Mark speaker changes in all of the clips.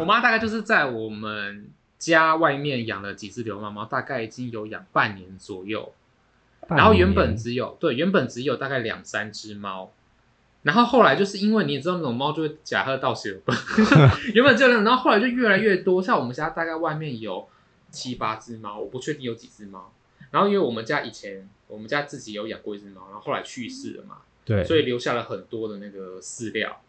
Speaker 1: 我妈大概就是在我们家外面养了几只流浪猫，大概已经有养半年左右。然后原本只有对，原本只有大概两三只猫，然后后来就是因为你也知道那种猫就会假喝到血本， 原本只有两，然后后来就越来越多，像我们家大概外面有七八只猫，我不确定有几只猫。然后因为我们家以前我们家自己有养过一只猫，然后后来去世了嘛，
Speaker 2: 对，
Speaker 1: 所以留下了很多的那个饲料。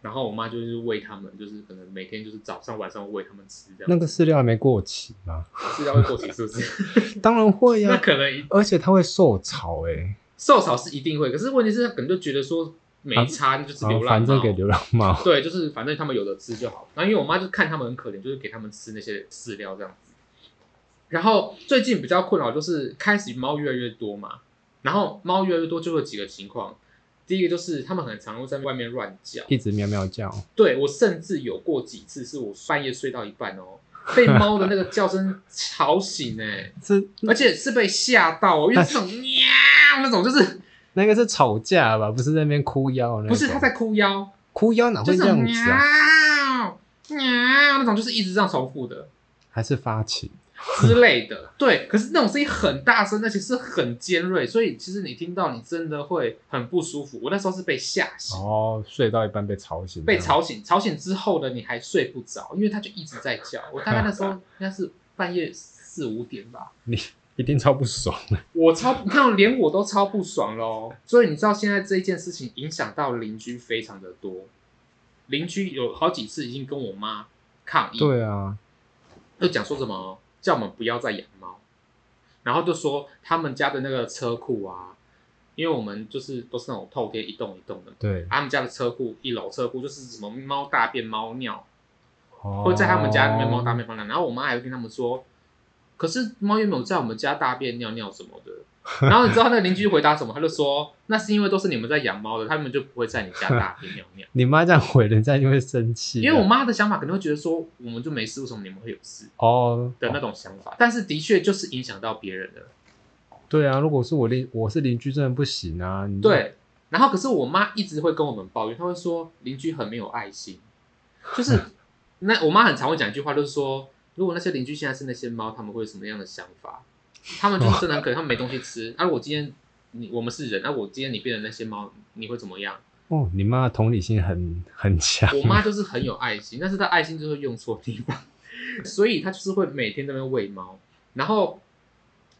Speaker 1: 然后我妈就是喂它们，就是可能每天就是早上晚上喂它们吃这样。
Speaker 2: 那个饲料还没过期吗？
Speaker 1: 饲料会过期是不 是？
Speaker 2: 当然会
Speaker 1: 那
Speaker 2: 呀、
Speaker 1: 可能
Speaker 2: 而且它会受潮哎、
Speaker 1: 受潮是一定会，可是问题是可能就觉得说没差，就是
Speaker 2: 啊
Speaker 1: 流浪
Speaker 2: 反
Speaker 1: 猫
Speaker 2: 正。给流浪猫。
Speaker 1: 对，就是反正他们有的吃就好。然后因为我妈就看他们很可怜，就是给他们吃那些饲料这样子。然后最近比较困扰就是开始猫越来越多嘛，然后猫越来越多就会有几个情况。第一个就是它们很常会在外面乱叫，
Speaker 2: 一直喵喵叫，
Speaker 1: 对我甚至有过几次是我半夜睡到一半哦，被猫的那个叫声吵醒哎、
Speaker 2: 这
Speaker 1: 而且是被吓到、哦，因为这种
Speaker 2: 哎
Speaker 1: 喵那种就是
Speaker 2: 那个是吵架吧？不是在那边哭腰那种
Speaker 1: 不是它在哭腰，
Speaker 2: 哭腰哪
Speaker 1: 就是
Speaker 2: 会这
Speaker 1: 那种
Speaker 2: 样子啊？
Speaker 1: 喵喵那种就是一直这样重复的。
Speaker 2: 还是发情？
Speaker 1: 之类的。对，可是那种声音很大声，而且是很尖锐，所以其实你听到你真的会很不舒服。我那时候是被吓醒，
Speaker 2: 哦，睡到一半被吵醒，
Speaker 1: 被吵醒，吵醒之后呢，你还睡不着，因为它就一直在叫。我大概那时候应该是半夜四五点吧，
Speaker 2: 一定超不 爽的。
Speaker 1: 我超那种连我都超不爽喽。所以你知道现在这一件事情影响到邻居非常的多，邻居有好几次已经跟我妈抗议，
Speaker 2: 对啊，
Speaker 1: 就讲说什么叫我们不要再养猫，然后就说他们家的那个车库啊，因为我们就是都是那种透天一栋一栋的，
Speaker 2: 对，
Speaker 1: 他们家的车库一楼车库就是什么猫大便、猫尿，
Speaker 2: 会
Speaker 1: 会在他们家
Speaker 2: 哦
Speaker 1: 里面猫大便、猫尿。然后我妈还会跟他们说，可是猫又没有在我们家大便、尿尿什么的。然后你知道那个邻居回答什么？他就说那是因为都是你们在养猫的，他们就不会在你家大便、尿尿。
Speaker 2: 你妈这样毁人家就会生气啊，
Speaker 1: 因为我妈的想法可能会觉得说我们就没事，为什么你们会有事？
Speaker 2: 哦，
Speaker 1: 的那种想法，但是的确就是影响到别人了。
Speaker 2: 对啊，如果是我邻，我是邻居，真的不行啊。你，
Speaker 1: 对，然后可是我妈一直会跟我们抱怨，她会说邻居很没有爱心，就是那我妈很常会讲一句话，就是说如果那些邻居现在是那些猫，他们会有什么样的想法？他们就是真的很可怜，他们没东西吃。啊，我今天你我们是人，啊，我今天你变成那些猫，你会怎么样？
Speaker 2: 哦，你妈的同理心很 很强。
Speaker 1: 我妈就是很有爱心，但是她爱心就是用错地方， 所以她就是会每天在那边喂猫，然后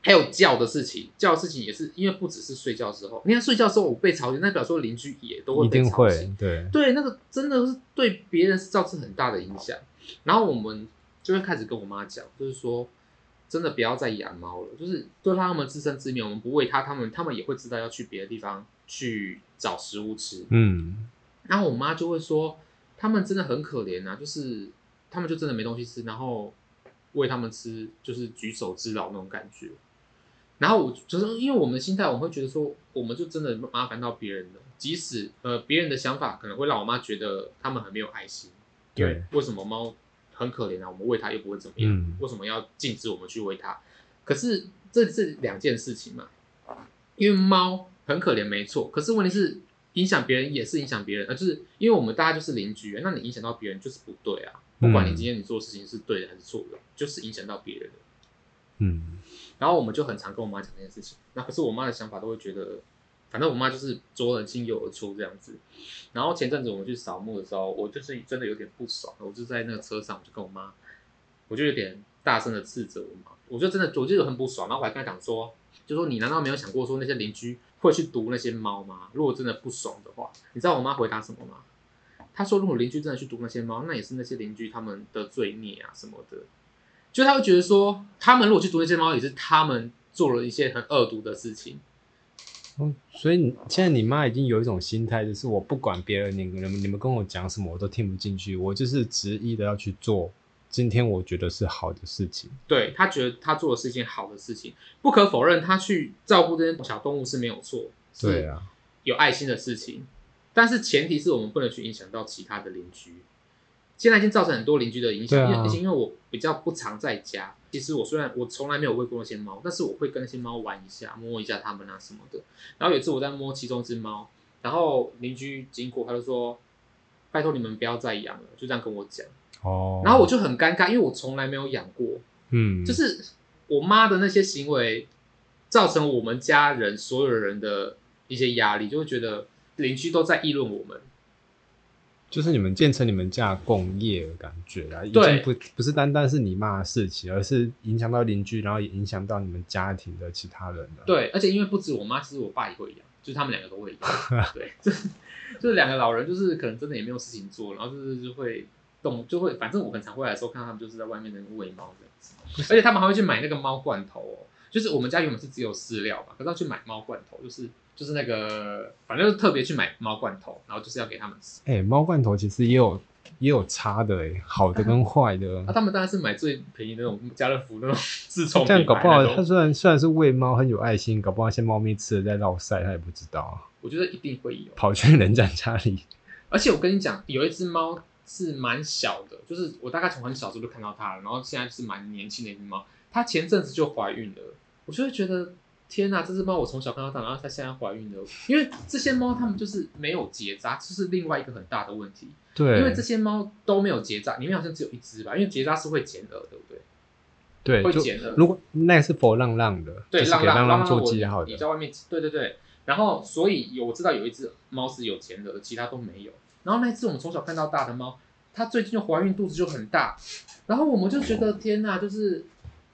Speaker 1: 还有叫的事情，叫的事情也是因为不只是睡觉的时候，你看睡觉的时候我被吵醒，那表示说邻居也都会
Speaker 2: 一
Speaker 1: 被
Speaker 2: 定
Speaker 1: 吵
Speaker 2: 会
Speaker 1: 醒，
Speaker 2: 对，
Speaker 1: 对，那个真的是对别人是造成很大的影响。然后我们就会开始跟我妈讲，就是说真的不要再养猫了，就是就让它们自生自灭，我们不喂它，它们它们也会知道要去别的地方去找食物吃，
Speaker 2: 嗯，
Speaker 1: 然后我妈就会说，他们真的很可怜啊，就是他们就真的没东西吃，然后喂他们吃，就是举手之劳那种感觉。然后我就是因为我们的心态，我们会觉得说，我们就真的麻烦到别人了。即使呃别人的想法可能会让我妈觉得他们很没有爱心，因为
Speaker 2: 对
Speaker 1: 为什么猫很可怜啊？我们喂它又不会怎么样，
Speaker 2: 嗯
Speaker 1: 为什么要禁止我们去喂它？可是这是两件事情嘛，因为猫很可怜，没错。可是问题是，影响别人也是影响别人，呃，就是因为我们大家就是邻居，啊那你影响到别人就是不对啊。不管你今天你做的事情是对的还是错的，就是影响到别人了。啊
Speaker 2: 嗯，
Speaker 1: 然后我们就很常跟我妈讲这件事情。那可是我妈的想法都会觉得，反正我妈就是左耳进右耳出这样子。然后前阵子我们去扫墓的时候，我就是真的有点不爽，我就在那个车上，我就跟我妈，我就有点大声的斥责我妈，我就真的我就很不爽。然后我还跟她讲说，就说你难道没有想过说那些邻居会去毒那些猫吗？如果真的不爽的话，你知道我妈回答什么吗？她说：“如果邻居真的去毒那些猫，那也是那些邻居他们的罪孽啊什么的。”就他会觉得说，他们如果去毒那些猫，也是他们做了一些很恶毒的事情。
Speaker 2: 哦所以你现在你妈已经有一种心态，就是我不管别人，你你们你们跟我讲什么，我都听不进去，我就是执意的要去做今天我觉得是好的事情。
Speaker 1: 对他觉得他做的是一件好的事情，不可否认，他去照顾这些小动物是没有错，
Speaker 2: 对
Speaker 1: 是
Speaker 2: 啊，
Speaker 1: 有爱心的事情。但是前提是我们不能去影响到其他的邻居。现在已经造成很多邻居的影响，
Speaker 2: 对
Speaker 1: 因
Speaker 2: 啊
Speaker 1: 为而且因为我比较不常在家，其实我虽然我从来没有喂过那些猫，但是我会跟那些猫玩一下，摸一下它们啊什么的。然后有一次我在摸其中一只猫，然后邻居经过，他就说：“拜托你们不要再养了。”就这样跟我讲。
Speaker 2: 哦，
Speaker 1: 然后我就很尴尬，因为我从来没有养过，
Speaker 2: 嗯，
Speaker 1: 就是我妈的那些行为，造成我们家人所有人的一些压力，就会觉得邻居都在议论我们。
Speaker 2: 就是你们建成你们家的共业的感觉啦，已
Speaker 1: 对
Speaker 2: 经不不是单单是你妈的事情，而是影响到邻居，然后也影响到你们家庭的其他人了。，
Speaker 1: 对，而且因为不止我妈，其实我爸也会养，就是他们两个都会养。对， 就是就是两个老人，就是可能真的也没有事情做，然后就是就会动，就会反正我很常回来的时候，看到他们就是在外面那个喂猫这样子，而且他们还会去买那个猫罐头哦。就是我们家原本是只有饲料嘛，可是要去买猫罐头，就是就是那个反正就是特别去买猫罐头，然后就是要给他们吃。
Speaker 2: 哎、猫罐头其实也有也有差的、哎，好 的跟坏的
Speaker 1: 啊，。他们当然是买最便宜的那种家乐 福那种自宠
Speaker 2: 这样
Speaker 1: 品
Speaker 2: 搞
Speaker 1: 牌
Speaker 2: 不好，
Speaker 1: 那
Speaker 2: 它
Speaker 1: 种，
Speaker 2: 虽然虽然是喂猫很有爱心，搞不好那些猫咪吃了在绕晒，它也不知道啊，
Speaker 1: 我觉得一定会有。
Speaker 2: 跑去人家家 里。
Speaker 1: 而且我跟你讲，有一只猫是蛮小的，就是我大概从很小时候就看到它了，然后现在是蛮年轻的一只猫。它前阵子就怀孕了，我就会觉得天哪，这只猫我从小看到大，然后它现在怀孕了。因为这些猫它们就是没有结扎，这、是另外一个很大的问题。
Speaker 2: 对，
Speaker 1: 因为这些猫都没有结扎，里面好像只有一只吧，因为结扎是会减饵，对不对？
Speaker 2: 对，
Speaker 1: 会
Speaker 2: 就
Speaker 1: 减饵。
Speaker 2: 如果那个是否浪浪的，
Speaker 1: 对，
Speaker 2: 就是
Speaker 1: 浪
Speaker 2: 给
Speaker 1: 浪
Speaker 2: 浪
Speaker 1: 浪
Speaker 2: 做
Speaker 1: 我
Speaker 2: 记号的
Speaker 1: 你在。外面，对对对。然后，所以有我知道有一只猫是有钱的，其他都没有。然后那只我们从小看到大的猫，它最近就怀孕，肚子就很大。然后我们就觉得天哪，就是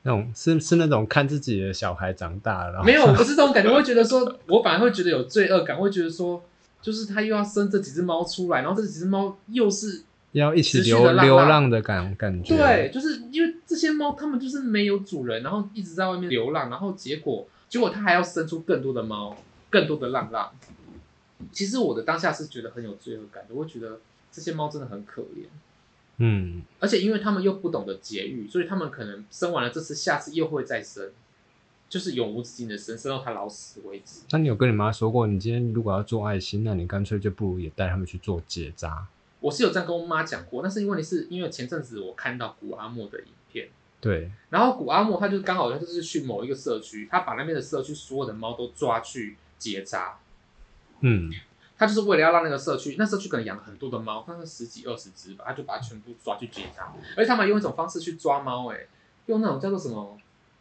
Speaker 2: 那种是是那种看自己的小孩长大，然后
Speaker 1: 没有，不是这种感觉，我会觉得说，我反而会觉得有罪恶感，会觉得说，就是它又要生这几只猫出来，然后这几只猫又是
Speaker 2: 要一起
Speaker 1: 持续地
Speaker 2: 流
Speaker 1: 浪浪
Speaker 2: 流浪的感感觉。
Speaker 1: 对，，就是因为这些猫它们就是没有主人，然后一直在外面流浪，然后结果结果它还要生出更多的猫，更多的浪浪。其实我的当下是觉得很有罪恶感的，我会觉得这些猫真的很可怜，
Speaker 2: 嗯，
Speaker 1: 而且因为它们又不懂得节育，所以它们可能生完了这次，下次又会再生，就是永无止境的生，生到它老死为止。
Speaker 2: 那你有跟你妈说过，你今天如果要做爱心，那你干脆就不如也带他们去做结扎。
Speaker 1: 我是有这样跟我妈讲过，但是问题是因为前阵子我看到古阿莫的影片。
Speaker 2: 对，
Speaker 1: 然后古阿莫他就刚好他就是去某一个社区，他把那边的社区所有的猫都抓去结扎，
Speaker 2: 嗯，
Speaker 1: 他就是为了要让那个社区，那社区可能养了很多的猫，大概十几二十只吧，他就把它全部抓去结扎，而且他们用一种方式去抓猫、欸，用那种叫做什么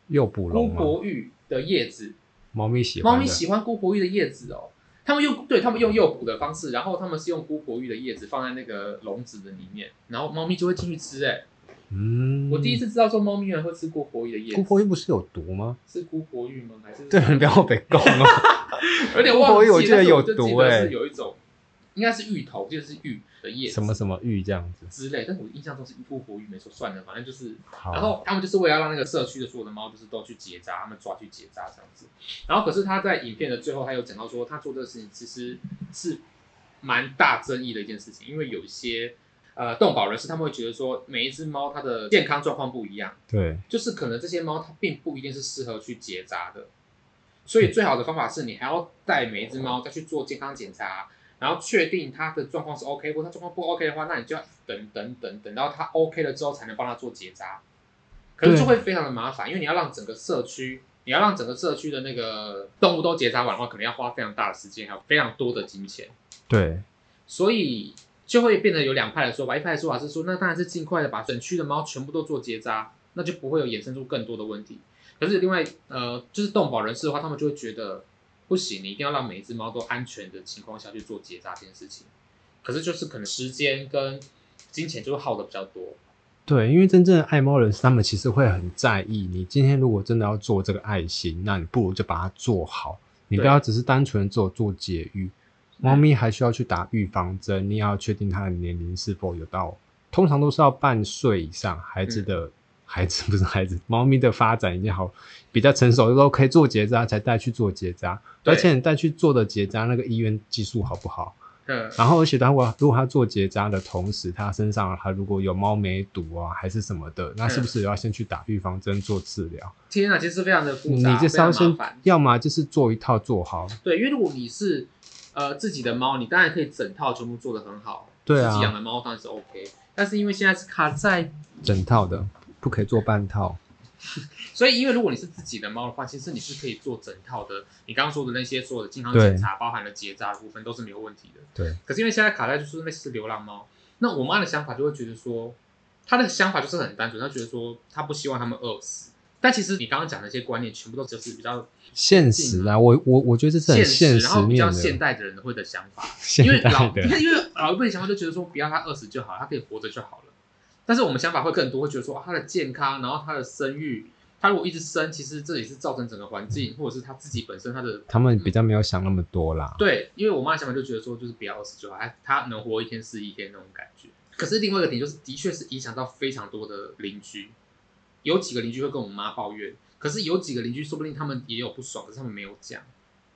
Speaker 2: 诱捕
Speaker 1: 姑
Speaker 2: 笼嘛，
Speaker 1: 婆芋的叶子，
Speaker 2: 猫咪喜欢
Speaker 1: 猫
Speaker 2: 的。
Speaker 1: 咪喜欢姑婆芋的叶子哦。他们用对他们用诱捕的方式，然后他们是用姑婆芋的叶子放在那个笼子的里面，然后猫咪就会进去吃、欸。哎、
Speaker 2: 嗯，
Speaker 1: 我第一次知道说猫咪原来会吃姑婆芋的叶子，
Speaker 2: 姑婆又不是有毒吗？
Speaker 1: 是姑婆芋吗？还是
Speaker 2: 对， 你不要被 供哦。
Speaker 1: 有点
Speaker 2: 不
Speaker 1: 忘
Speaker 2: 好意
Speaker 1: 记，
Speaker 2: 思我记得
Speaker 1: 但是
Speaker 2: 有
Speaker 1: 就
Speaker 2: 毒
Speaker 1: 记得
Speaker 2: 欸
Speaker 1: 是有一种，应该是芋头，就是芋的叶子
Speaker 2: 什么什么玉这样子。
Speaker 1: 之类，但是我印象中是不活芋，没错，算了，反正就是，然
Speaker 2: 好，
Speaker 1: 后他们就是为了让那个社区的所有的猫就是都去结扎，他们抓去结扎这样子。然后可是他在影片的最后，他有讲到说，他做这个事情其实是蛮大争议的一件事情，因为有一些呃动保人士他们会觉得说，每一只猫它的健康状况不一样。
Speaker 2: 对，
Speaker 1: 就是可能这些猫它并不一定是适合去结扎的，所以最好的方法是你还要带每一只猫再去做健康检查，然后确定它的状况是 OK，或它状况不 OK 的话，那你就要等等等等到它 OK 了之后才能帮它做结扎，可是
Speaker 2: 对
Speaker 1: 就会非常的麻烦，因为你要让整个社区。你要让整个社区的那个动物都结扎完的话，可能要花非常大的时间，还有非常多的金钱。
Speaker 2: 对，
Speaker 1: 所以就会变得有两派的说法，一派的说法是说，那当然是尽快的把整区的猫全部都做结扎，那就不会有衍生出更多的问题。可是另外，呃，就是动保人士的话，他们就会觉得不行，你一定要让每一只猫都安全的情况下去做结扎这件事情。可是就是可能时间跟金钱就会耗的比较多，
Speaker 2: 对，因为真正的爱猫人士，他们其实会很在意你今天如果真的要做这个爱心，那你不如就把它做好，你不
Speaker 1: 对嗯
Speaker 2: 要只是单纯做做节育。猫咪还需要去打预防针，你也要确定它的年龄是否有到，通常都是要半岁以上孩
Speaker 1: 嗯
Speaker 2: 子的、孩子 不是孩子，猫咪的发展已经好比较成熟的时候可以做结扎，才带去做结扎。
Speaker 1: 对
Speaker 2: 而且你带去做的结扎，那个医院技术好不好？
Speaker 1: 嗯，
Speaker 2: 然后，而且他如果如果他做结扎的同时，他身上他如果有猫霉毒啊，还是什么的，那是不是
Speaker 1: 嗯
Speaker 2: 也要先去打预防针做治疗？
Speaker 1: 天啊，其实非常的复
Speaker 2: 你
Speaker 1: 杂，
Speaker 2: 这
Speaker 1: 非
Speaker 2: 是
Speaker 1: 常
Speaker 2: 要
Speaker 1: 麻
Speaker 2: 先
Speaker 1: 烦，。
Speaker 2: 要么就是做一套做好，
Speaker 1: 对，因为如果你是呃自己的猫，你当然可以整套全部做的很好，
Speaker 2: 对啊
Speaker 1: 自己养的猫当然是 OK。但是因为现在是卡在
Speaker 2: 整套的，不可以做半套。
Speaker 1: 所以，因为如果你是自己的猫的话，其实你是可以做整套的，你刚刚说的那些所有的健康检查，包含了结扎的部分都是没有问题的。
Speaker 2: 对，
Speaker 1: 可是因为现在卡在就是那些是流浪猫，那我妈的想法就会觉得说，他的想法就是很单纯，他觉得说他不希望他们饿死。但其实你刚刚讲的一些观念，全部都就是比较
Speaker 2: 现实啊，我我我觉得这是很
Speaker 1: 现实，然
Speaker 2: 实
Speaker 1: 后比
Speaker 2: 面
Speaker 1: 较
Speaker 2: 的，
Speaker 1: 现代的人会的想法。
Speaker 2: 现
Speaker 1: 因为
Speaker 2: 代
Speaker 1: 老
Speaker 2: 的
Speaker 1: 因为因为老一辈的想法就觉得说，不要他饿死就好，他可以活着就好了。但是我们想法会更多，会觉得说、啊他的健康，然后他的生育，他如果一直生，其实这也是造成整个环境，或者是他自己本身他的
Speaker 2: 他们比较没有想那么多啦。
Speaker 1: 对，因为我妈的想法就觉得说，就是不要饿死就好，她她能活一天是一天那种感觉。可是另外一个点就是，的确是影响到非常多的邻居，有几个邻居会跟我妈抱怨，可是有几个邻居说不定他们也有不爽，可是他们没有讲，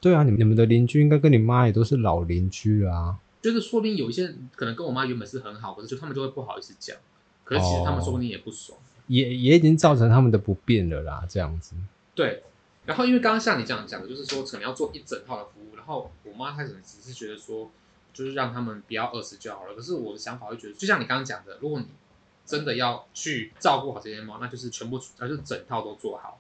Speaker 2: 对啊，你们你们的邻居应该跟你妈也都是老邻居了啊。
Speaker 1: 就是说不定有一些人可能跟我妈原本是很好，可是就他们就会不好意思讲，可是其实他们说不定也不爽。
Speaker 2: 也也已经造成他们的不便了啦，这样子。
Speaker 1: 对，然后因为刚刚像你这样讲的，就是说可能要做一整套的服务，然后我妈她可能只是觉得说，就是让他们不要饿死就好了。可是我的想法会觉得，就像你刚刚讲的，如果你真的要去照顾好这些猫，那就是全部，那就是整套都做好。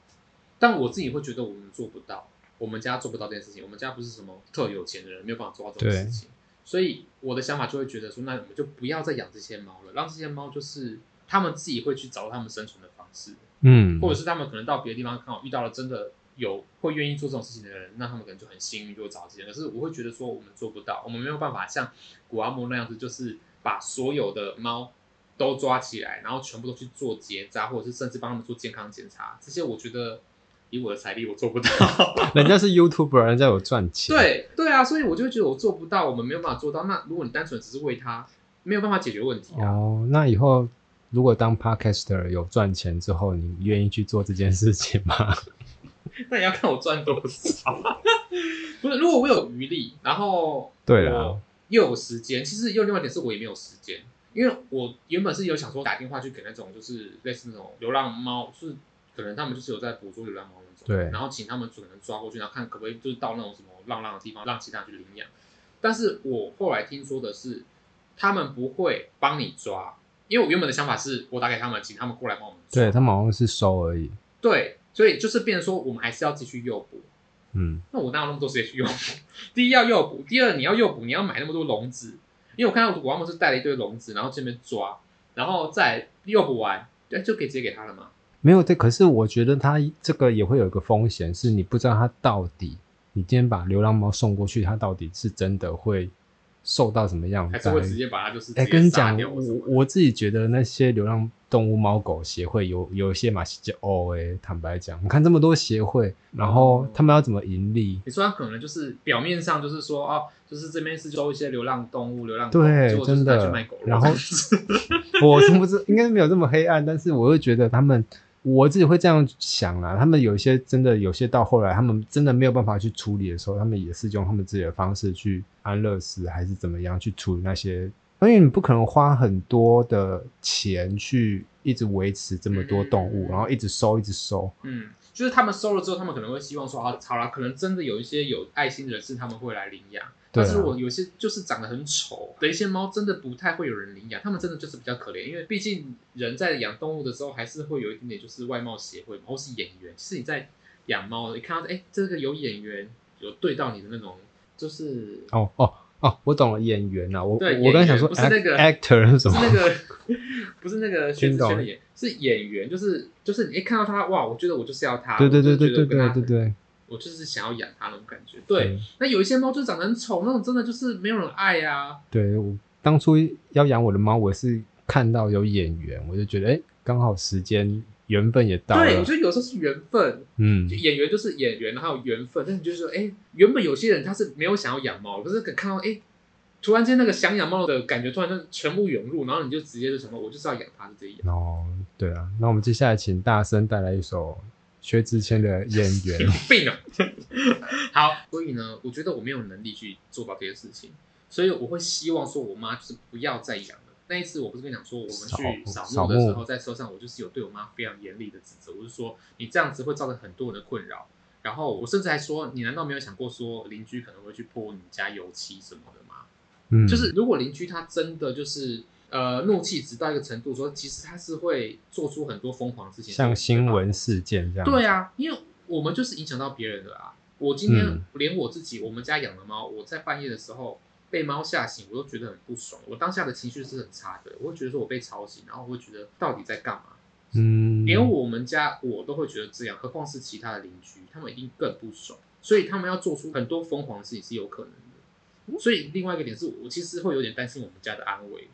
Speaker 1: 但我自己会觉得我们做不到，我们家做不到这件事情，我们家不是什么特有钱的人，没有办法做到这种事情。所以我的想法就会觉得说，那我们就不要再养这些猫了，让这些猫就是他们自己会去找到他们生存的方式。
Speaker 2: 嗯，
Speaker 1: 或者是他们可能到别的地方刚好遇到了真的有会愿意做这种事情的人，那他们可能就很幸运就会找到这些人。可是我会觉得说我们做不到，我们没有办法像古阿莫那样子，就是把所有的猫都抓起来，然后全部都去做结扎，或者是甚至帮他们做健康检查。这些我觉得以我的财力我做不 到。
Speaker 2: 人家是 YouTuber，人家有赚钱。，
Speaker 1: 对对啊，所以我就觉得我做不到，我们没有办法做到。那如果你单纯只是为它，没有办法解决问题啊。
Speaker 2: 哦，那以后如果当 Podcaster 有赚钱之后，你愿意去做这件事情 吗？
Speaker 1: 那也要看我赚多少。 不是，如果我有余力，然后
Speaker 2: 对啊啦
Speaker 1: 我啊又有时间，其实又另外一点是我也没有时间，因为我原本是有想说打电话去给那种就是类似那种流浪猫，就是可能他们就是有在捕捉流浪猫那种，
Speaker 2: 对
Speaker 1: 然后请他们可能抓过去，然后看可不可以就是到那种什么浪浪的地方让其他人去领养。但是我后来听说的是，他们不会帮你抓，因为我原本的想法是我打给他们，请他们过来帮我们抓。
Speaker 2: 对他们好像是收而已。
Speaker 1: 对，所以就是变成说我们还是要继续诱捕。
Speaker 2: 嗯，
Speaker 1: 那我哪有那么多时间去诱捕？第一要诱捕，第二你要诱捕，你要买那么多笼子，因为我看到古阿莫是带了一堆笼子，然后这边抓，然后再诱捕完，对，就可以直接给他了嘛。
Speaker 2: 没有对，可是我觉得他这个也会有一个风险，是你不知道他到底，你今天把流浪猫送过去，它到底是真的会受到什么样
Speaker 1: 还
Speaker 2: 的
Speaker 1: 是
Speaker 2: 待
Speaker 1: 会直
Speaker 2: 遇？
Speaker 1: 接把它就是
Speaker 2: 哎、
Speaker 1: 直
Speaker 2: 跟
Speaker 1: 接
Speaker 2: 你
Speaker 1: 杀
Speaker 2: 讲，
Speaker 1: 掉
Speaker 2: 我
Speaker 1: 或什么的
Speaker 2: 我自己觉得那些流浪动物猫狗协会有有一些嘛叫哦哎，坦白讲，你看这么多协会，然
Speaker 1: 哦
Speaker 2: 后他们要怎么盈利？
Speaker 1: 你说他可能就是表面上就是说哦，就是这边是收一些流浪动物、流浪狗，
Speaker 2: 对
Speaker 1: 结果就是
Speaker 2: 真的
Speaker 1: 拿去卖狗肉，
Speaker 2: 然后 我是不是应该没有这么黑暗？但是我又觉得他们，我自己会这样想啊啦。他们有一些真的，有些到后来他们真的没有办法去处理的时候，他们也是用他们自己的方式去安乐死，还是怎么样去处理那些。因为你不可能花很多的钱去一直维持这么多动物，
Speaker 1: 嗯
Speaker 2: 然后一直收一直收。
Speaker 1: 嗯，就是他们收了之后，他们可能会希望说啊，好啦，可能真的有一些有爱心人士他们会来领养。
Speaker 2: 对、
Speaker 1: 但
Speaker 2: 啊，
Speaker 1: 是我有些就是长得很丑的一些猫，真的不太会有人领养，它们真的就是比较可怜，因为毕竟人在养动物的时候，还是会有一点点就是外貌协会嘛，或是演员。其实你在养猫，你看到哎、这个有演员有对到你的那种，就是
Speaker 2: 哦哦哦，我懂了，演员啊，我
Speaker 1: 对
Speaker 2: 我刚才想说
Speaker 1: 演员不是那个
Speaker 2: act- actor 是什
Speaker 1: 不
Speaker 2: 么
Speaker 1: 是？那个 不是那个薛之谦的演，是演员，就是就是你一看到他哇，我觉得我就是要他，
Speaker 2: 对对对对
Speaker 1: 我
Speaker 2: 对
Speaker 1: 就觉得
Speaker 2: 对
Speaker 1: 我跟
Speaker 2: 对
Speaker 1: 他
Speaker 2: 对，
Speaker 1: 我就是想要养他那种感觉。对，那有一些猫就长得很丑，那种真的就是没有人爱啊。
Speaker 2: 对我当初要养我的猫，我是看到有眼缘，我就觉得哎，诶刚好时间缘分也到
Speaker 1: 对，我
Speaker 2: 了。
Speaker 1: 觉得有时候是缘分，
Speaker 2: 嗯
Speaker 1: 就，演员就是演员，然后有缘分。但你就是说，哎、原本有些人他是没有想要养猫，可是看到哎、突然间那个想养猫的感觉突然就全部涌入，然后你就直接就想说，我就是要养它，就直接养。
Speaker 2: 哦，对啊，那我们接下来请大声带来一首薛之谦的《演员
Speaker 1: 有》。病啊！好，所以呢，我觉得我没有能力去做到这些事情，所以我会希望说我妈就是不要再养了。那一次我不是跟你讲说，我们去
Speaker 2: 扫
Speaker 1: 扫墓的
Speaker 2: 扫墓
Speaker 1: 时候，在车上我就是有对我妈非常严厉的指责，我就说你这样子会造成很多人的困扰。然后我甚至还说，你难道没有想过说邻居可能会去泼你家油漆什么的吗？
Speaker 2: 嗯，
Speaker 1: 就是如果邻居他真的就是呃怒气值到一个程度说其实他是会做出很多疯狂的事情，
Speaker 2: 像新闻事件这样。
Speaker 1: 对啊，因为我们就是影响到别人的啊。我今天
Speaker 2: 嗯
Speaker 1: 连我自己，我们家养的猫，我在半夜的时候，被猫吓醒，我都觉得很不爽。我当下的情绪是很差的，我会觉得说我被吵醒，然后我会觉得到底在干嘛？
Speaker 2: 嗯，
Speaker 1: 连我们家我都会觉得这样，何况是其他的邻居，他们一定更不爽，所以他们要做出很多疯狂的事情是有可能
Speaker 2: 嗯
Speaker 1: 的。所以另外一个点是我其实会有点担心我们家的安危，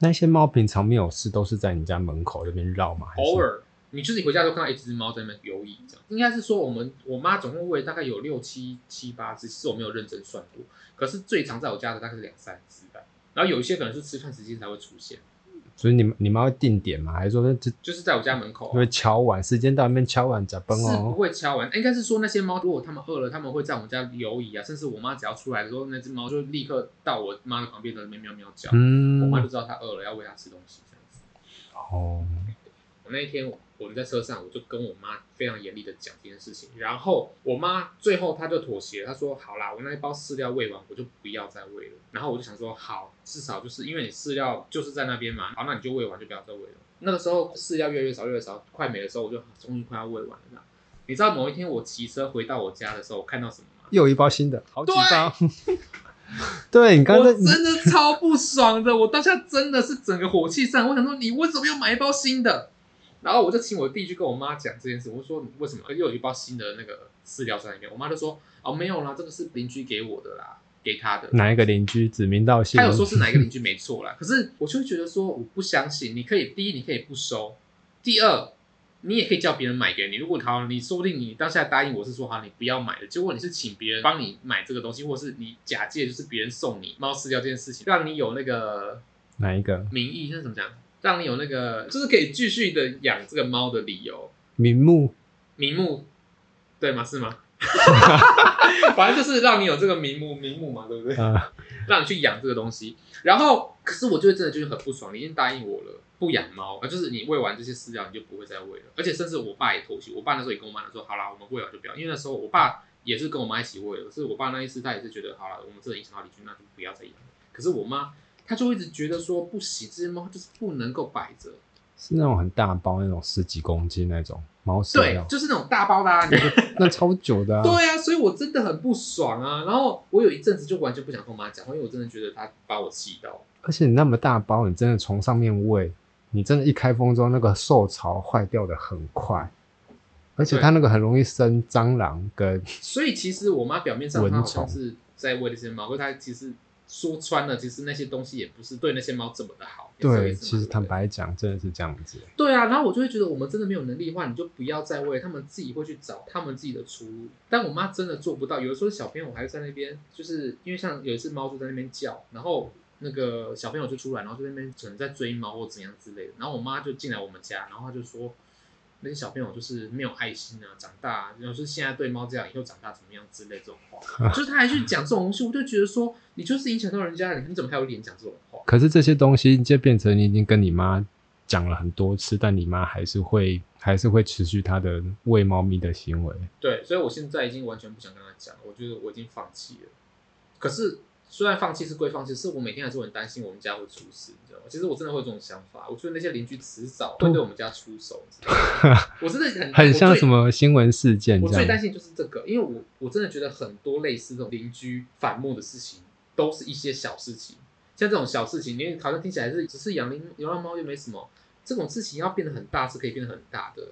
Speaker 2: 那些猫平常没有事都是在你家门口这边绕嘛？还是
Speaker 1: 偶尔你就是你回家都看到一只猫在那边游移，这样应该是说我们我妈总共喂大概有六七七八只，其实我没有认真算过，可是最常在我家的大概是两三只吧。然后有一些可能是吃饭时间才会出现，
Speaker 2: 所以你们你们会定点嘛？还是说这
Speaker 1: 就是在我家门口啊、
Speaker 2: 因为敲碗时间到那边敲碗假崩
Speaker 1: 是不
Speaker 2: 哦？
Speaker 1: 会敲完，应该是说那些猫，如果它们饿了，它们会在我们家游移啊，甚至我妈只要出来的时候，那只猫就立刻到我妈的旁边的喵喵喵叫，我
Speaker 2: 嗯
Speaker 1: 妈，就知道它饿了，要喂它吃东西这样子。
Speaker 2: 哦，
Speaker 1: 我那一天我们在车上，我就跟我妈非常严厉的讲这件事情，然后我妈最后她就妥协，她说好啦，我那一包饲料喂完，我就不要再喂了。然后我就想说好，至少就是因为你饲料就是在那边嘛，好，那你就喂完就不要再喂了。那个时候饲料越来越少，越来越少，快没的时候，我就终于快要喂完了这样。你知道某一天我骑车回到我家的时候，我看到什么吗？
Speaker 2: 又有一包新的，好几
Speaker 1: 对
Speaker 2: 包。 对你刚
Speaker 1: 我
Speaker 2: 才
Speaker 1: 真的超不爽的，我当下真的是整个火气上，我想说你为什么要买一包新的？然后我就请我弟去跟我妈讲这件事，我就说你为什么又有一包新的那个饲料在里面？我妈就说哦没有啦，这个是邻居给我的啦，给他的。
Speaker 2: 哪一个邻居指名道姓？
Speaker 1: 他有说是哪一个邻居没错啦，可是我就会觉得说我不相信，你可以第一你可以不收，第二你也可以叫别人买给你。如果好，你说不定你当下答应我是说好你不要买的，结果你是请别人帮你买这个东西，或是你假借就是别人送你猫饲料这件事情，让你有那个
Speaker 2: 哪一个
Speaker 1: 名义，那怎么讲？让你有那个就是可以继续的养这个猫的理由，
Speaker 2: 名目？
Speaker 1: 名目对吗？ 是吗？反正就是让你有这个名目，名目嘛，对 不对？
Speaker 2: 呃，
Speaker 1: 让你去养这个东西。然后，可是我就真的就是很不爽，你已经答应我了，不养猫啊，就是你喂完这些饲料，你就不会再喂了。而且，甚至我爸也妥协，我爸那时候也跟我妈讲说，好啦，我们喂完就不要，因为那时候我爸也是跟我妈一起喂的，可是我爸那一次他也是觉得，好了，我们真的影响到邻居，那就不要再养了。可是我妈她就一直觉得说，不行，这只猫就是不能够摆着，
Speaker 2: 是那种很大包，那种十几公斤那种猫饲
Speaker 1: 对
Speaker 2: 料，，
Speaker 1: 就是那种大包的、啊，你
Speaker 2: 那超久 的啊。
Speaker 1: 对啊，所以我真的很不爽啊。然后我有一阵子就完全不想跟我妈讲话，因为我真的觉得她把我气到。
Speaker 2: 而且你那么大包，你真的从上面喂，你真的一开封之后，那个受潮坏掉的很快，而且
Speaker 1: 对
Speaker 2: 它那个很容易生蟑螂跟
Speaker 1: 所以其实我妈表面上她
Speaker 2: 蚊
Speaker 1: 好
Speaker 2: 虫
Speaker 1: 像是在喂那些猫，可是她其实说穿了，其实那些东西也不是对那些猫这么的好。你知道意
Speaker 2: 对，
Speaker 1: 思吗
Speaker 2: 其实
Speaker 1: 不
Speaker 2: 坦白讲，真的是这样子。
Speaker 1: 对啊，然后我就会觉得我们真的没有能力的话，你就不要再喂，他们自己会去找他们自己的出路。但我妈真的做不到，有的时候小朋友还会在那边，就是因为像有一次猫就在那边叫，然后那个小朋友就出来，然后就在那边可能在追猫或怎样之类的，然后我妈就进来我们家，然后她就说。那些小朋友就是没有爱心啊，长大、啊，然后就是现在对猫这样，以后长大怎么样之类这种话，就是她还去讲这种东西，我就觉得说，你就是影响到人家了，你怎么还有脸讲这种话？
Speaker 2: 可是这些东西就变成你已经跟你妈讲了很多次，但你妈还是会还是会持续她的喂猫咪的行为。
Speaker 1: 对，所以我现在已经完全不想跟他讲，我觉得我已经放弃了。可是虽然放弃是归放弃，是我每天还是会很担心我们家会出事，你知道吗？其实我真的会有这种想法，我觉得那些邻居迟早会对我们家出手，你知道 吗我真的很
Speaker 2: 很像什
Speaker 1: 么。
Speaker 2: 么新闻事件
Speaker 1: 我
Speaker 2: 这
Speaker 1: 最担
Speaker 2: 样。
Speaker 1: 心就是这个，因为我我真的觉得很多类似这种邻居反目的事情，都是一些小事情。像这种小事情，你好像听起来是只是养流流浪猫又没什么，这种事情要变得很大是可以变得很大的、欸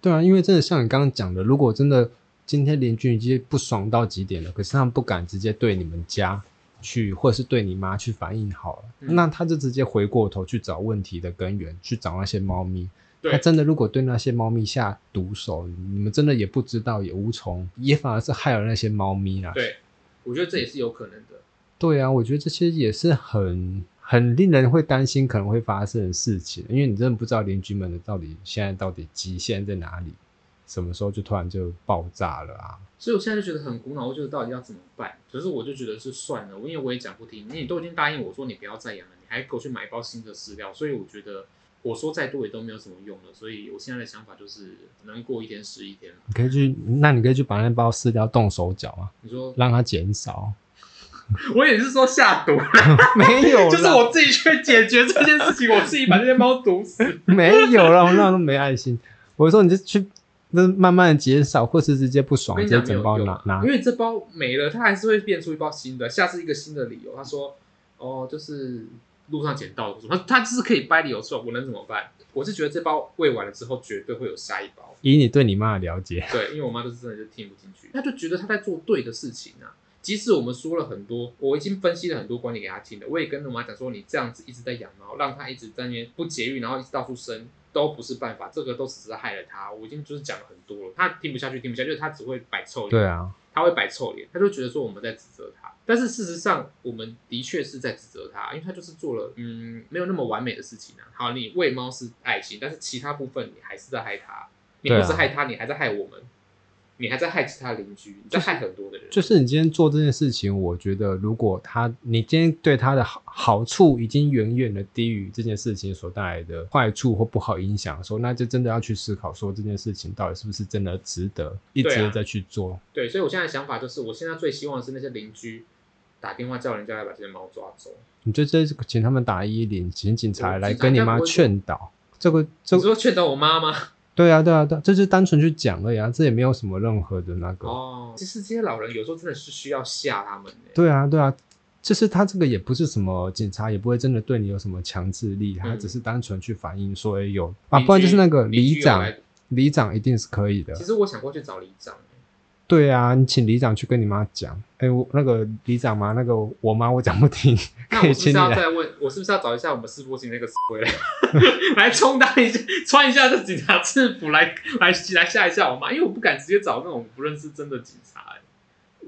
Speaker 2: 对啊，因为真的像你刚刚讲的，如果真的今天邻居已经不爽到极点了，可是他们不敢直接对你们家去，或者是对你妈去反映好了，
Speaker 1: 嗯
Speaker 2: 那他就直接回过头去找问题的根源，去找那些猫咪。
Speaker 1: 对
Speaker 2: 他，真的如果对那些猫咪下毒手，你们真的也不知道，也无从，也反而是害了那些猫咪啦。
Speaker 1: 对，我觉得这也是有可能的。
Speaker 2: 对啊，我觉得这些也是很很令人会担心可能会发生的事情，因为你真的不知道邻居们的到底现在到底极限在哪里，什么时候就突然就爆炸了啊！
Speaker 1: 所以我现在就觉得很苦恼，我觉得到底要怎么办？可是我就觉得是算了，我因为我也讲不听，你都已经答应我说你不要再养了，你还给我去买一包新的饲料，所以我觉得我说再多也都没有什么用了。所以我现在的想法就是能过一天是一天。
Speaker 2: 你可以去，那你可以去把那包饲料动手脚啊，
Speaker 1: 你说，
Speaker 2: 让它减少。
Speaker 1: 我也是说下毒，
Speaker 2: 没有 啦，
Speaker 1: 就是我自己去解决这件事情，我自己把这些猫毒死。
Speaker 2: 没有啦，我那都没爱心。我说你就去那慢慢减少，或是直接不爽，
Speaker 1: 跟
Speaker 2: 直
Speaker 1: 你
Speaker 2: 接
Speaker 1: 讲没有
Speaker 2: 整
Speaker 1: 啊
Speaker 2: 包
Speaker 1: 用
Speaker 2: 拿拿
Speaker 1: 因。为这包没了，它还是会变出一包新的，下次一个新的理由。他说，哦，就是路上捡到的，什么，他就是可以掰理由出来，我能怎么办？我是觉得这包喂完了之后，绝对会有下一包。
Speaker 2: 以你对你妈的了解，
Speaker 1: 对，因为我妈就是真的就听不进去，她就觉得她在做对的事情啊。即使我们说了很多，我已经分析了很多观点给她听了，我也跟我妈讲说，你这样子一直在养猫，让它一直在那边不节育，然后一直到处生，都不是办法，这个都只是害了它。我已经就是讲了很多了，她听不下去，听不下去，她只会摆臭脸。
Speaker 2: 对啊，
Speaker 1: 他会摆臭脸，他就觉得说我们在指责他，但是事实上我们的确是在指责他，因为他就是做了嗯没有那么完美的事情啊。好，你喂猫是爱心，但是其他部分你还是在害他，你
Speaker 2: 对啊
Speaker 1: 不是害他，你还在害我们，你还在害其他邻居，你在害很多的人。
Speaker 2: 就是你今天做这件事情，我觉得如果他你今天对他的好好处已经远远的低于这件事情所带来的坏处或不好影响的时候，那就真的要去思考说这件事情到底是不是真的值得一
Speaker 1: 对
Speaker 2: 直
Speaker 1: 啊
Speaker 2: 再去做。
Speaker 1: 对，所以我现在的想法就是，我现在最希望的是那些邻居打电话叫人家来把这些猫抓走。
Speaker 2: 你就这请他们打一零，请警察
Speaker 1: 我
Speaker 2: 来
Speaker 1: 警察
Speaker 2: 跟你
Speaker 1: 应该
Speaker 2: 妈
Speaker 1: 不会
Speaker 2: 劝导。这个这
Speaker 1: 你
Speaker 2: 个
Speaker 1: 说劝导我妈吗？
Speaker 2: 对啊对啊对啊，这就单纯去讲而已啊，这也没有什么任何的那个。
Speaker 1: 哦，其实这些老人有时候真的是需要吓他们、欸。
Speaker 2: 对啊，对啊，就是他这个也不是什么警察，也不会真的对你有什么强制力，他
Speaker 1: 嗯
Speaker 2: 只是单纯去反映说哎有啊，
Speaker 1: 邻
Speaker 2: 不然就
Speaker 1: 居
Speaker 2: 是那个
Speaker 1: 邻
Speaker 2: 里
Speaker 1: 居有
Speaker 2: 长
Speaker 1: 来，
Speaker 2: 里长一定是可以的
Speaker 1: 其。实我想过去找里长、欸
Speaker 2: 对啊，你请里长去跟你妈讲，哎，我那个里长嘛，那个我妈我讲 不听，
Speaker 1: 那
Speaker 2: 可
Speaker 1: 我
Speaker 2: 以
Speaker 1: 是不是
Speaker 2: 请你啊
Speaker 1: 要
Speaker 2: 来。
Speaker 1: 再问？我是不是要找一下我们世博型那个回来， 来充当一下，穿一下这警察制服来来来吓一吓我妈？因为我不敢直接找那种不认识真的警察、欸。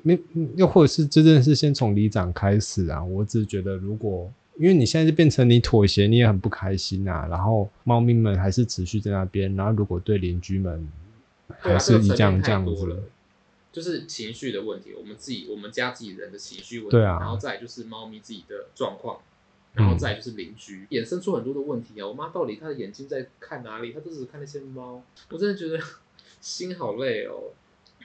Speaker 2: 你你嗯又或者是真正是先从里长开始啊。我只是觉得，如果因为你现在就变成你妥协，你也很不开心啊。然后猫咪们还是持续在那边，然后如果对邻居们
Speaker 1: 对
Speaker 2: 还
Speaker 1: 啊，
Speaker 2: 是
Speaker 1: 个
Speaker 2: 一
Speaker 1: 层
Speaker 2: 这样
Speaker 1: 面
Speaker 2: 这
Speaker 1: 太
Speaker 2: 样
Speaker 1: 多
Speaker 2: 子
Speaker 1: 了，，就是情绪的问题，我们自己我们家自己人的情绪问题，
Speaker 2: 对啊嗯
Speaker 1: 然后再来就是猫咪自己的状况。然后再来就是邻居，衍生出很多的问题啊！我妈到底她的眼睛在看哪里？她都只看那些猫，我真的觉得 心好累哦。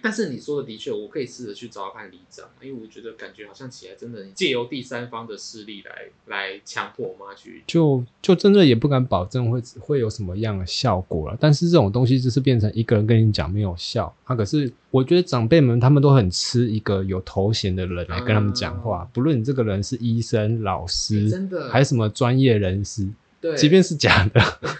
Speaker 1: 但是你说的的确，我可以试着去找找看里长，因为我觉得感觉好像起来真的借由第三方的势力来来强迫我妈去。
Speaker 2: 就就真的也不敢保证会会有什么样的效果了。但是这种东西就是变成一个人跟你讲没有效，啊，可是我觉得长辈们他们都很吃一个有头衔的人来跟他们讲话，不论你这个人是医生、老
Speaker 1: 啊诶
Speaker 2: 师，
Speaker 1: 真的
Speaker 2: 还是什么专业人士，
Speaker 1: 对，
Speaker 2: 即便是假的，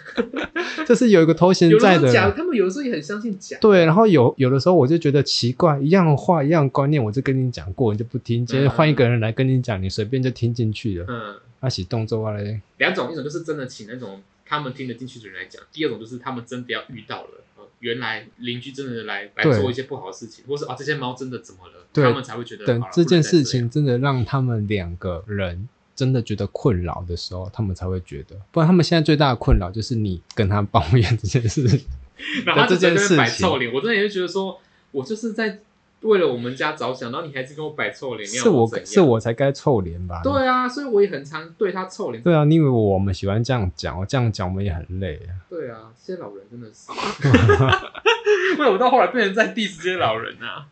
Speaker 2: 就是有一个头衔
Speaker 1: 有的
Speaker 2: 在
Speaker 1: 时候
Speaker 2: 的
Speaker 1: 假的，
Speaker 2: 人。
Speaker 1: 他们有的时候也很相信假的。
Speaker 2: 对，然后有有的时候我就觉得奇怪，一样的话一样的观念，我就跟你讲过，你就不听，今天换一个人来跟你讲，你随便就听进去了。
Speaker 1: 嗯，
Speaker 2: 那起动作啊嘞，
Speaker 1: 两种，一种就是真的请那种他们听得进去的人来讲，第二种就是他们真的要遇到了，呃、原来邻居真的来来
Speaker 2: 对
Speaker 1: 做一些不好的事情，或是啊这些猫真的怎么了，
Speaker 2: 对
Speaker 1: 他们才会觉得
Speaker 2: 等
Speaker 1: 好了
Speaker 2: 这
Speaker 1: 不能
Speaker 2: 件
Speaker 1: 再这
Speaker 2: 事
Speaker 1: 样
Speaker 2: 情真的让他们两个人真的觉得困扰的时候，他们才会觉得，不然他们现在最大的困扰就是你跟他抱怨这件事情。
Speaker 1: 然后他
Speaker 2: 这
Speaker 1: 就在
Speaker 2: 件
Speaker 1: 那
Speaker 2: 事情
Speaker 1: 边摆臭脸，我真的也会觉得说，我就是在为了我们家着想，然后你还是跟我摆臭 脸，你要
Speaker 2: 是我
Speaker 1: 怎样？
Speaker 2: 是我才该臭脸吧？
Speaker 1: 对啊，所以我也很常对他臭脸。
Speaker 2: 对啊，你以为我们喜欢这样讲？哦我这样讲我们也很累啊。
Speaker 1: 对 啊，这些老人真的是，为什么到后来变成在 diss 这些老人啊？